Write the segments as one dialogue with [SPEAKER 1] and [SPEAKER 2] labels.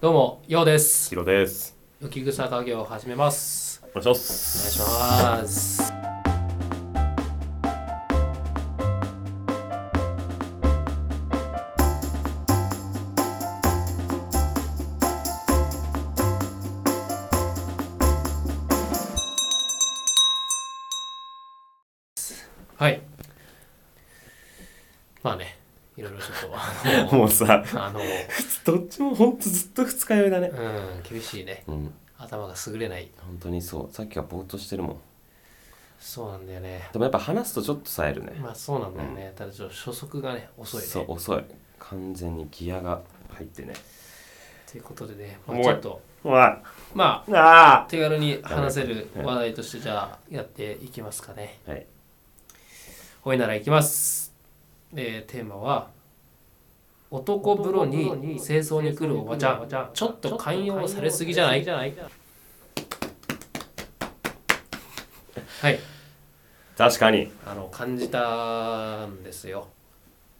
[SPEAKER 1] どうも、ようです。
[SPEAKER 2] ヒロです。
[SPEAKER 1] 浮草家業を始めます。
[SPEAKER 2] お願いしま
[SPEAKER 1] お願いし
[SPEAKER 2] す。
[SPEAKER 1] ます。はい。まあね、いろいろちょっと、あ
[SPEAKER 2] もうさ、
[SPEAKER 1] の、あの
[SPEAKER 2] どっちもほんとずっと二日酔いだね。
[SPEAKER 1] うん、厳しいね。
[SPEAKER 2] うん、
[SPEAKER 1] 頭が優れない。
[SPEAKER 2] 本当にそう。さっきはぼーっとしてるもん。
[SPEAKER 1] そうなんだよね。
[SPEAKER 2] でもやっぱ話すとちょっと冴えるね。
[SPEAKER 1] まあそうなんだよね、ただちょっと初速がね遅いね
[SPEAKER 2] そう、遅い。完全にギアが入ってね。
[SPEAKER 1] ということでね、まあ、
[SPEAKER 2] おい
[SPEAKER 1] ちょっと
[SPEAKER 2] おい、あ
[SPEAKER 1] まあ
[SPEAKER 2] あ
[SPEAKER 1] 手軽に話せる話題としてじゃあやっていきますかね
[SPEAKER 2] はい。
[SPEAKER 1] ほいならいきます、えーテーマは男風呂に清掃に来るおばちゃんちょっと寛容されすぎじゃないはい
[SPEAKER 2] 確かに。
[SPEAKER 1] あの感じたんですよ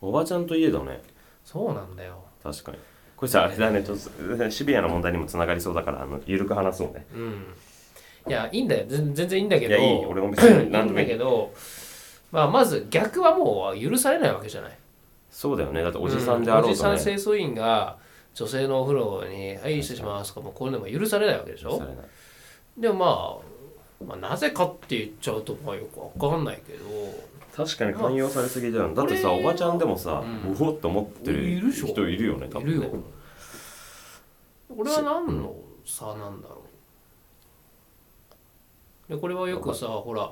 [SPEAKER 2] おばちゃんといえどね。
[SPEAKER 1] そうなんだよ
[SPEAKER 2] 確かに。これさ、あれだね、ちょっと シビアな問題にもつながりそうだから、あの、ゆるく話そうね。
[SPEAKER 1] うんいやいいんだよ全全然いいんだけ
[SPEAKER 2] い
[SPEAKER 1] ど
[SPEAKER 2] や、いい。俺も別に
[SPEAKER 1] な
[SPEAKER 2] 何
[SPEAKER 1] ん
[SPEAKER 2] でも
[SPEAKER 1] だ
[SPEAKER 2] い
[SPEAKER 1] け
[SPEAKER 2] い。
[SPEAKER 1] ど、まあ、まず逆はもう許されないわけじゃない。
[SPEAKER 2] そうだよね。だっておじさんであ
[SPEAKER 1] う
[SPEAKER 2] ろ
[SPEAKER 1] お
[SPEAKER 2] う
[SPEAKER 1] じさ
[SPEAKER 2] と
[SPEAKER 1] ん
[SPEAKER 2] ね。
[SPEAKER 1] 清掃員が女性のお風呂に「はい失礼します」とかもうこういうのも許されないわけでし
[SPEAKER 2] さ
[SPEAKER 1] ょ
[SPEAKER 2] れない
[SPEAKER 1] でもまあ、まあ、なぜかって言っちゃうとまあよくわかんないけど
[SPEAKER 2] 確かに寛容されすぎだよねだってさ
[SPEAKER 1] これ
[SPEAKER 2] おばちゃんでもさ、う
[SPEAKER 1] うん
[SPEAKER 2] おっと思って
[SPEAKER 1] い
[SPEAKER 2] る
[SPEAKER 1] るでしょ
[SPEAKER 2] 人いるよね多
[SPEAKER 1] い
[SPEAKER 2] 分ね
[SPEAKER 1] るよこれは何の差なんだろうでこれはよくさほら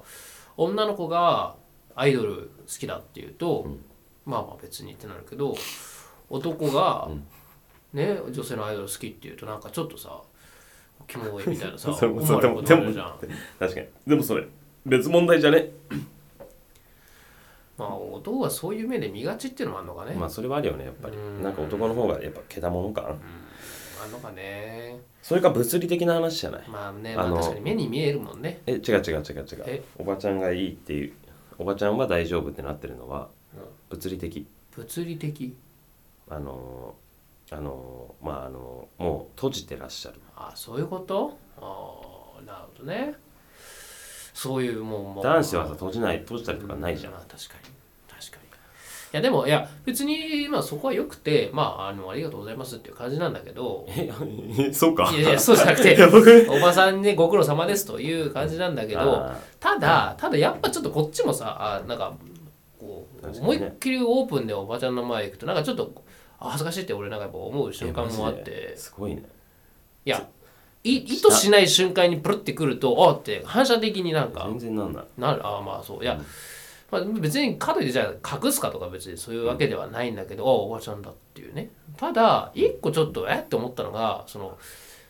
[SPEAKER 1] 女の子がアイドル好きだっていうと、
[SPEAKER 2] うん
[SPEAKER 1] まあまあ別にってなるけど男が、
[SPEAKER 2] うん
[SPEAKER 1] ね女性のアイドル好きっていうとなんかちょっとさキモいみたいなさ
[SPEAKER 2] それも
[SPEAKER 1] 思われることあるじゃん
[SPEAKER 2] 確かにでもそれ別問題じゃね
[SPEAKER 1] まあ男はそういう目で見がちっていうのもあるのかね、
[SPEAKER 2] まあそれはあるよねやっぱり
[SPEAKER 1] うん
[SPEAKER 2] なんか男の方がやっぱけだものかな
[SPEAKER 1] あるのかね
[SPEAKER 2] それか物理的な話じゃない
[SPEAKER 1] まあね、ま
[SPEAKER 2] あ
[SPEAKER 1] あ、
[SPEAKER 2] の
[SPEAKER 1] 確かに目に見えるもんね
[SPEAKER 2] え違う違う違う違
[SPEAKER 1] え
[SPEAKER 2] うおばちゃんがいいっていうおばちゃんは大丈夫ってなってるのは
[SPEAKER 1] うん
[SPEAKER 2] 物理的
[SPEAKER 1] 物理的
[SPEAKER 2] あのーあのーまああのーもう閉じてらっしゃる
[SPEAKER 1] あそういうことああなるほどねそういうもうもう
[SPEAKER 2] 男子はさ閉じない閉じたりとかないじゃん
[SPEAKER 1] うまあ確かに確かにいやでもいや別にまあそこはよくてまああのありがとうございますっていう感じなんだけど
[SPEAKER 2] え そうか
[SPEAKER 1] いやいやそうじゃなくて
[SPEAKER 2] や僕
[SPEAKER 1] おばさんにご苦労様ですという感じなんだけど
[SPEAKER 2] あー
[SPEAKER 1] ただただやっぱちょっとこっちもさあなんかこう
[SPEAKER 2] 確か
[SPEAKER 1] 思い
[SPEAKER 2] にね
[SPEAKER 1] っきりオープンでおばちゃんの前行くとなんかちょっとあ恥ずかしいって俺なんかやっぱ思う瞬間もあっ
[SPEAKER 2] えマジ
[SPEAKER 1] て
[SPEAKER 2] ですごいね
[SPEAKER 1] いやい意図しない瞬間にプルってくるとあって反射的になんか
[SPEAKER 2] 全然なんだ
[SPEAKER 1] なるあまあそういや、
[SPEAKER 2] うん
[SPEAKER 1] まあ、別にかといってじゃあ隠すかとか別にそういうわけではないんだけど、あおばちゃんだっていうねただ一個ちょっとえって思ったのがその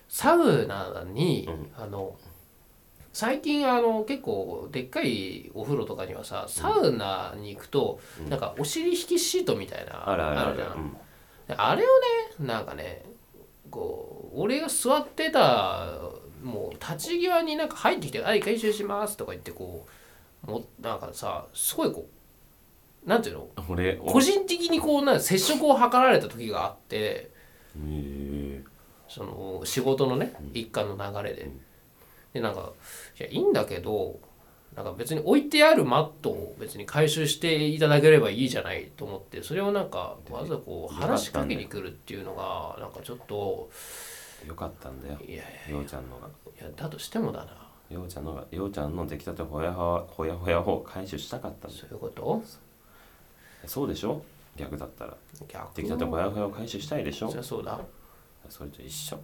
[SPEAKER 1] サウナに、あの最近あの結構でっかいお風呂とかにはさサウナに行くと、なんかお尻引きシートみたいな
[SPEAKER 2] あるあるあ
[SPEAKER 1] るじ
[SPEAKER 2] る
[SPEAKER 1] ゃん
[SPEAKER 2] うん
[SPEAKER 1] あれをねなんかねこう俺が座ってたもう立ち際になんか入ってきて「はい回収します」とか言ってこうもなんかさすごいこうなんていうの
[SPEAKER 2] 俺
[SPEAKER 1] 個人的にこうな接触を図られた時があって
[SPEAKER 2] へ
[SPEAKER 1] その仕事のね一環の流れででなんかいやいいんだけどなんか別に置いてあるマットを別に回収していただければいいじゃないと思ってそれをなんかわざわざこう話しかけに来るっていうのがなんかちょっと
[SPEAKER 2] えよかったんだよ
[SPEAKER 1] いやい
[SPEAKER 2] ようちゃんのが
[SPEAKER 1] やいやだとしてもだな
[SPEAKER 2] ようちゃんのがようちゃんの出来たてほやほやほやほやを回収したかったんだよ
[SPEAKER 1] そういうこと
[SPEAKER 2] そうでしょ逆だったら
[SPEAKER 1] 逆
[SPEAKER 2] 出来たてほやほやを回収したいでしょ
[SPEAKER 1] そりゃそうだ
[SPEAKER 2] それと一緒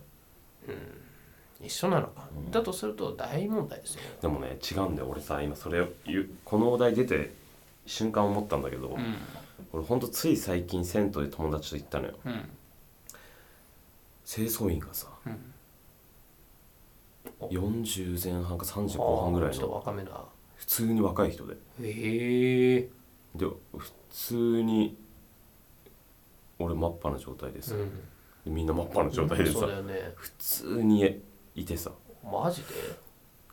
[SPEAKER 1] 一緒なのか、だとすると大問題ですよ
[SPEAKER 2] でもね違うんだよ俺さ今それを言うこのお題出て瞬間思ったんだけど、
[SPEAKER 1] ん
[SPEAKER 2] 俺ほんとつい最近銭湯で友達と行ったのよ
[SPEAKER 1] うん
[SPEAKER 2] 清掃員がさ、
[SPEAKER 1] うん
[SPEAKER 2] 40前半か30後半ぐらい
[SPEAKER 1] ちょっと
[SPEAKER 2] の
[SPEAKER 1] 若めな
[SPEAKER 2] 普通に若い人で
[SPEAKER 1] へえ
[SPEAKER 2] で普通に俺真っ裸な状態でさ、
[SPEAKER 1] うん
[SPEAKER 2] でみんな真っ裸な状態で
[SPEAKER 1] そう
[SPEAKER 2] さ
[SPEAKER 1] だよね
[SPEAKER 2] 普通にいてさ
[SPEAKER 1] マジで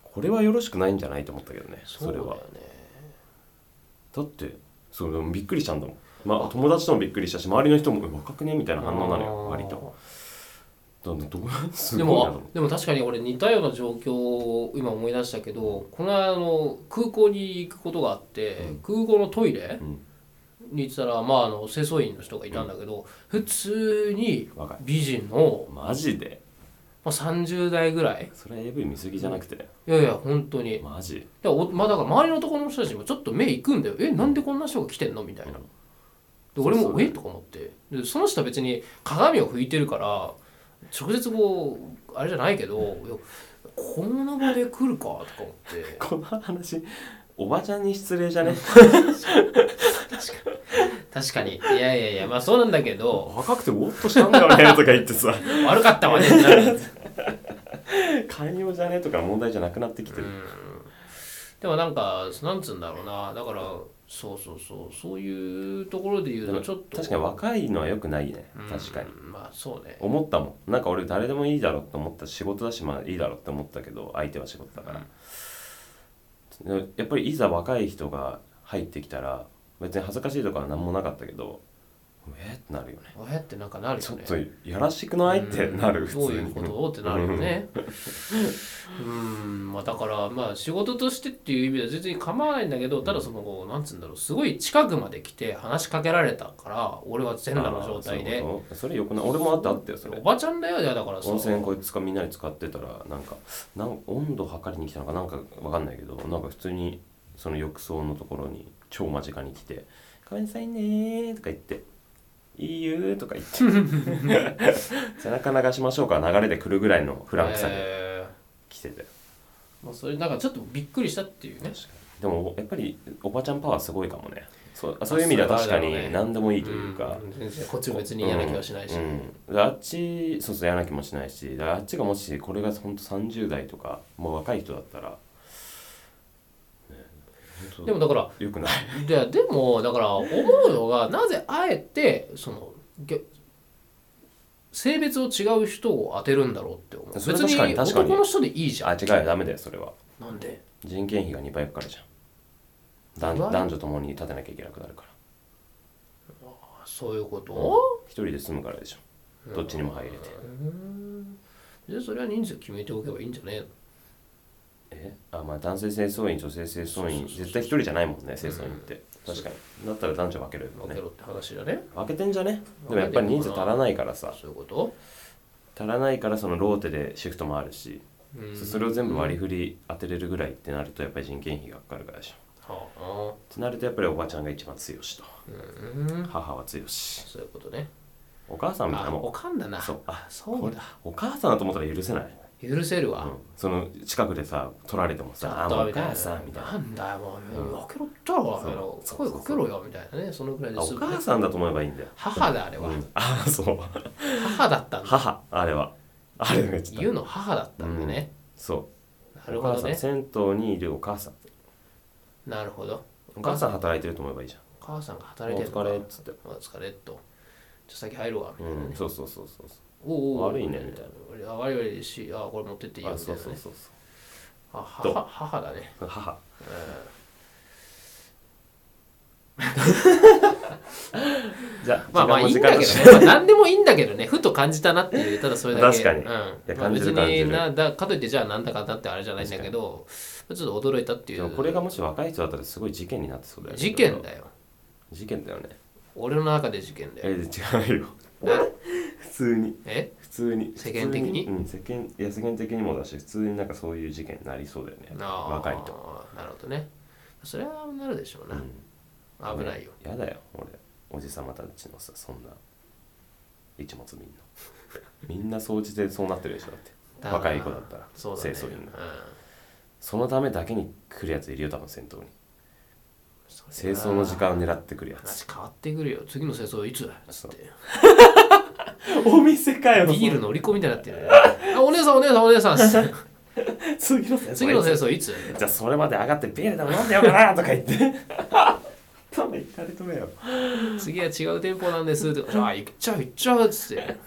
[SPEAKER 2] これはよろしくないんじゃないと思ったけどねそ
[SPEAKER 1] そうだ
[SPEAKER 2] れは
[SPEAKER 1] よね
[SPEAKER 2] だってそうでもびっくりしたんだもんまあ友達ともびっくりしたし周りの人もえ「若くね?」みたいな反応なのよ割とどどう す
[SPEAKER 1] で
[SPEAKER 2] ごいな
[SPEAKER 1] もあでも確かに俺似たような状況を今思い出したけどこの間あの空港に行くことがあって、空港のトイレ
[SPEAKER 2] うん
[SPEAKER 1] に行ってたら、まあ、あの清掃員の人がいたんだけど、普通に
[SPEAKER 2] 若い
[SPEAKER 1] 美人の、
[SPEAKER 2] マジで
[SPEAKER 1] まあ、30代ぐらい
[SPEAKER 2] それ AV 見過ぎじゃなくて
[SPEAKER 1] いやいや本当に
[SPEAKER 2] マジ
[SPEAKER 1] でお、まあ、だから周りの男の人たちもちょっと目いくんだよえなんでこんな人が来てんのみたいなで俺
[SPEAKER 2] そうそ
[SPEAKER 1] も
[SPEAKER 2] う
[SPEAKER 1] えとか思ってでその人は別に鏡を拭いてるから直接こうあれじゃないけどいやこの場で来るかとか思って
[SPEAKER 2] この話おばちゃんに失礼じゃね
[SPEAKER 1] 確かにいやいやいやまあそうなんだけど
[SPEAKER 2] 若くてもっとしたんだよねとか言ってさ
[SPEAKER 1] 悪かった わねってなる
[SPEAKER 2] 寛容じゃねとか問題じゃなくなってきて
[SPEAKER 1] う
[SPEAKER 2] る、
[SPEAKER 1] んでもなんかなんつうんだろうなだからそうそうそうそういうところで言う
[SPEAKER 2] でも
[SPEAKER 1] とちょっと
[SPEAKER 2] 確かに若いのは良くないね
[SPEAKER 1] うん
[SPEAKER 2] 確かに
[SPEAKER 1] まあそうね
[SPEAKER 2] 思ったもんなんか俺誰でもいいだろうって思った仕事だしまあいいだろうって思ったけど相手は仕事だから、でやっぱりいざ若い人が入ってきたら別に恥ずかしいとかは何もなかったけどえーってなるよね
[SPEAKER 1] 親ってなんかなるよね
[SPEAKER 2] ちょっとやらしくないってなる普
[SPEAKER 1] どう
[SPEAKER 2] 通
[SPEAKER 1] い
[SPEAKER 2] に
[SPEAKER 1] うことってなるよねうんまあだからまあ仕事としてっていう意味では全然構わないんだけどただそのこうなんつうんだろうすごい近くまで来て話しかけられたから俺は全裸の状態
[SPEAKER 2] あー
[SPEAKER 1] で
[SPEAKER 2] そういうことそれよくない俺もあったあったよそれ
[SPEAKER 1] おばちゃんだよいやだからさ
[SPEAKER 2] 温泉こいつがみんなで使ってたらなんかなん温度測りに来たのかなんかわかんないけどなんか普通にその浴槽のところに超間近に来て「ごめんなさいねー」とか言って「いいよ」とか言って 「背中流しましょうか」流れで来るぐらいのフランクさで
[SPEAKER 1] え
[SPEAKER 2] 来てて、
[SPEAKER 1] ーまあ、それなんかちょっとびっくりしたっていうね
[SPEAKER 2] でもやっぱりおばちゃんパワーすごいかもねそうそういう意味では確か
[SPEAKER 1] そうだろうね
[SPEAKER 2] に何でもいいというか、
[SPEAKER 1] ん全然こっちも別に嫌な気はしないし、
[SPEAKER 2] うんうんであっちそうそう嫌な気もしないしだからあっちがもしこれが本当30代とかもう若い人だったら、ね、ほんと
[SPEAKER 1] でもだから
[SPEAKER 2] よくない
[SPEAKER 1] ででもだから思うのがなぜあえてそのげ性別を違う人を当てるんだろうって思う別
[SPEAKER 2] それ確かに
[SPEAKER 1] に
[SPEAKER 2] 確かに
[SPEAKER 1] 男の人でいいじゃ
[SPEAKER 2] あ
[SPEAKER 1] ん
[SPEAKER 2] 違うよダメだよそれは
[SPEAKER 1] なんで
[SPEAKER 2] 人件費が2倍かかるじゃん
[SPEAKER 1] うわ
[SPEAKER 2] 男男女ともに立てなきゃいけなくなるから
[SPEAKER 1] あそういうこと
[SPEAKER 2] 一人で住むからでしょどっちにも入れて
[SPEAKER 1] でそれは人数決めておけばいいんじゃねえの
[SPEAKER 2] えあまあ男性清掃員女性清掃員絶対一人じゃないもんね清掃員って確かにだったら男女分けるよ
[SPEAKER 1] 分け
[SPEAKER 2] ね
[SPEAKER 1] ろって話だね
[SPEAKER 2] 分けてんじゃねでもやっぱり人数足らないからさ
[SPEAKER 1] そういうこと
[SPEAKER 2] 足らないからそのローテでシフトもあるし
[SPEAKER 1] うん
[SPEAKER 2] それを全部割り振り当てれるぐらいってなるとやっぱり人件費がかかるからでしょ
[SPEAKER 1] はあ
[SPEAKER 2] ってなるとやっぱりおばちゃんが一番強しと
[SPEAKER 1] うん
[SPEAKER 2] 母は強し
[SPEAKER 1] そういうことね
[SPEAKER 2] お母さんみたい
[SPEAKER 1] あ
[SPEAKER 2] な
[SPEAKER 1] お
[SPEAKER 2] も
[SPEAKER 1] かんだな
[SPEAKER 2] うそうあ
[SPEAKER 1] あそうだ
[SPEAKER 2] お母さんだと思ったら許せない、
[SPEAKER 1] 許せるわ、
[SPEAKER 2] うんその近くでさ取られても
[SPEAKER 1] ちょ
[SPEAKER 2] さ
[SPEAKER 1] っ
[SPEAKER 2] あ
[SPEAKER 1] と
[SPEAKER 2] もう
[SPEAKER 1] み
[SPEAKER 2] お
[SPEAKER 1] たいな
[SPEAKER 2] 母さんみたいな
[SPEAKER 1] なんだよもう、開けろったら
[SPEAKER 2] そうそう
[SPEAKER 1] 声かけろよみたいなねそのくらいで
[SPEAKER 2] あお
[SPEAKER 1] す
[SPEAKER 2] 母さんだと思えばいいんだよ、
[SPEAKER 1] 母だあれ
[SPEAKER 2] う
[SPEAKER 1] は、
[SPEAKER 2] ん、あそう
[SPEAKER 1] 母だったんだ
[SPEAKER 2] 母あれはあれがちょっ
[SPEAKER 1] 言うの母だったんだね、
[SPEAKER 2] とそう
[SPEAKER 1] なるほど
[SPEAKER 2] お母
[SPEAKER 1] ね
[SPEAKER 2] さん銭湯にいるお母さん
[SPEAKER 1] なるほど
[SPEAKER 2] お母さん働いてると思えばいいじゃ
[SPEAKER 1] お母さんが
[SPEAKER 2] ん
[SPEAKER 1] 働
[SPEAKER 2] お
[SPEAKER 1] いてるの
[SPEAKER 2] 疲
[SPEAKER 1] か
[SPEAKER 2] れっつって、
[SPEAKER 1] お疲れっとじゃあ先入るわみたいな
[SPEAKER 2] う
[SPEAKER 1] ね
[SPEAKER 2] ん、、そうそうそうそうそ
[SPEAKER 1] おうおう
[SPEAKER 2] 悪いねみたい
[SPEAKER 1] なあ悪い悪いしあこれ持ってっていいうよ
[SPEAKER 2] あ
[SPEAKER 1] みた
[SPEAKER 2] そ
[SPEAKER 1] いうな
[SPEAKER 2] そう
[SPEAKER 1] ね
[SPEAKER 2] そうそう
[SPEAKER 1] あ母母だね
[SPEAKER 2] 母じゃあ
[SPEAKER 1] まあまあいいんだけどね
[SPEAKER 2] 時間も時間だし、
[SPEAKER 1] まあ何でもいいんだけどね、ふと感じたなっていう、ただそれだけ。
[SPEAKER 2] 確かに
[SPEAKER 1] うん
[SPEAKER 2] いや
[SPEAKER 1] まあ
[SPEAKER 2] 感じる
[SPEAKER 1] 別に
[SPEAKER 2] 感じる
[SPEAKER 1] なだかといって、じゃあなんだかんだってあれじゃないんだけど、ちょっと驚いたってい
[SPEAKER 2] でも
[SPEAKER 1] う。
[SPEAKER 2] これがもし若い人だったらすごい事件になってそうだよね
[SPEAKER 1] 事件だよ。
[SPEAKER 2] 事件だよね
[SPEAKER 1] 俺の中で事件だよ。
[SPEAKER 2] え違うよ普通に
[SPEAKER 1] え
[SPEAKER 2] 普通に
[SPEAKER 1] 世間的に
[SPEAKER 2] 普通うん世間いや世間的にもだし普通になんかそういう事件になりそうだよね
[SPEAKER 1] あー
[SPEAKER 2] 若いと、
[SPEAKER 1] なるほどね。それはなるでしょう
[SPEAKER 2] う
[SPEAKER 1] な。
[SPEAKER 2] ん、
[SPEAKER 1] 危ないよ。
[SPEAKER 2] やだよ俺おじさまたちのさそんな一物 みんなみんな掃除でそうなってるでしょだって
[SPEAKER 1] だな
[SPEAKER 2] 若い子だったら
[SPEAKER 1] そうだね。
[SPEAKER 2] 清掃員
[SPEAKER 1] うん
[SPEAKER 2] がそのためだけに来るやついるよ多分先頭に
[SPEAKER 1] そ
[SPEAKER 2] 清
[SPEAKER 1] れは
[SPEAKER 2] 掃の時間を狙ってくるやつ
[SPEAKER 1] 話変わってくるよ。次の清掃いつだつって。
[SPEAKER 2] お店かよ
[SPEAKER 1] ビールの売り込みみたいになってるよね。あ、お姉さん、お姉さん、お姉 さん。
[SPEAKER 2] 次の先
[SPEAKER 1] 次の清掃いつ
[SPEAKER 2] じゃあそれまで上がってビールでも飲んでようかなとか言ってただ行かれとめよ
[SPEAKER 1] 次は違う店舗なんですって、 あ、行っちゃう行っちゃうっつって。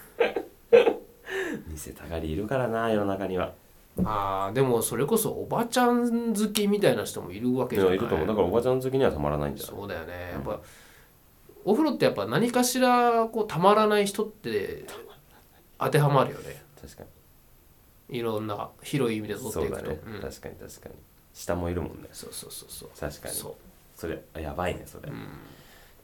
[SPEAKER 2] 店たがりいるからな世の中には
[SPEAKER 1] ああ、でもそれこそおばちゃん好きみたいな人もいるわけ
[SPEAKER 2] い
[SPEAKER 1] じゃな
[SPEAKER 2] や
[SPEAKER 1] い
[SPEAKER 2] いると思うだからおばちゃん好きにはたまらないんじゃない
[SPEAKER 1] そうだよね。やっぱ、お風呂ってやっぱ何かしらこうたまらない人って当てはまるよね
[SPEAKER 2] 確かに
[SPEAKER 1] いろんな広い意味で取って
[SPEAKER 2] そう
[SPEAKER 1] い
[SPEAKER 2] だ
[SPEAKER 1] くと
[SPEAKER 2] ね、
[SPEAKER 1] うん
[SPEAKER 2] 確かに確かに下もいるもんね
[SPEAKER 1] そうそうそうそう
[SPEAKER 2] 確かに
[SPEAKER 1] そ
[SPEAKER 2] それあやばいねそれ、
[SPEAKER 1] う、うん、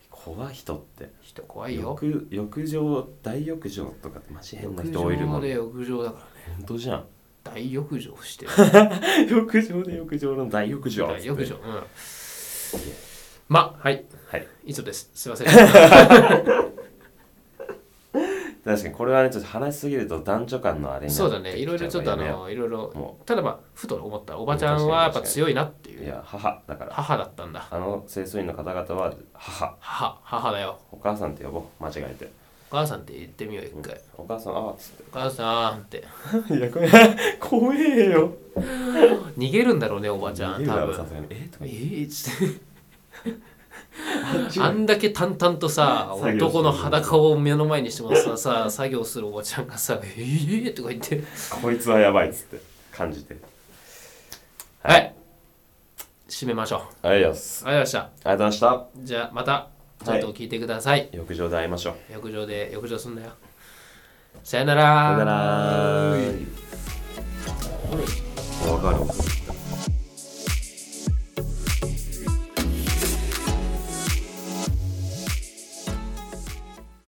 [SPEAKER 2] 怖い人って
[SPEAKER 1] 人怖いよ
[SPEAKER 2] 浴浴場大浴場とかってマジ変な人多いるもん
[SPEAKER 1] で
[SPEAKER 2] ね
[SPEAKER 1] 浴場だからね
[SPEAKER 2] 本当じゃん
[SPEAKER 1] 大浴場してる
[SPEAKER 2] 浴場で浴場の大浴場
[SPEAKER 1] 大浴場、うん、
[SPEAKER 2] いや
[SPEAKER 1] まあはい
[SPEAKER 2] はい
[SPEAKER 1] 以上ですすいま せんは
[SPEAKER 2] 確かにこれはねちょっと話しすぎると男女間のあれ
[SPEAKER 1] い
[SPEAKER 2] にな
[SPEAKER 1] そうだ
[SPEAKER 2] って
[SPEAKER 1] ね
[SPEAKER 2] き
[SPEAKER 1] いろいろちょっとあ
[SPEAKER 2] やめよ
[SPEAKER 1] のいろいろ
[SPEAKER 2] も
[SPEAKER 1] ただまあふと思ったおばちゃんはやっぱ強いなっていうう
[SPEAKER 2] いや母だから
[SPEAKER 1] 母だったんだ
[SPEAKER 2] あの清掃員の方々は母
[SPEAKER 1] 母母だよ
[SPEAKER 2] お母さんって呼ぼう間違えて
[SPEAKER 1] お母さんって言ってみよう一回、
[SPEAKER 2] お母さんあっつっ
[SPEAKER 1] お母さんって
[SPEAKER 2] て いやこれ怖えよ
[SPEAKER 1] 逃げるんだろうねおばちゃん
[SPEAKER 2] 逃げる
[SPEAKER 1] 多
[SPEAKER 2] だろさ
[SPEAKER 1] 分
[SPEAKER 2] すがにえとか
[SPEAKER 1] え
[SPEAKER 2] 言っ
[SPEAKER 1] ーっつって
[SPEAKER 2] て
[SPEAKER 1] あんだけ淡々とさ
[SPEAKER 2] 作業してる
[SPEAKER 1] 男の裸を目の前にしてもささ作業するおばちゃんがさ「えー」とか言って
[SPEAKER 2] こいつはやばいっつって感じて
[SPEAKER 1] はい、
[SPEAKER 2] はい
[SPEAKER 1] 締めましょう
[SPEAKER 2] ありがとうございます
[SPEAKER 1] ありがとうございまし
[SPEAKER 2] ありがとうございました
[SPEAKER 1] じゃあまたちょっと聞いてください、
[SPEAKER 2] た浴場で会いましょう
[SPEAKER 1] 浴場で浴場すんなよさよなら
[SPEAKER 2] さよならわかる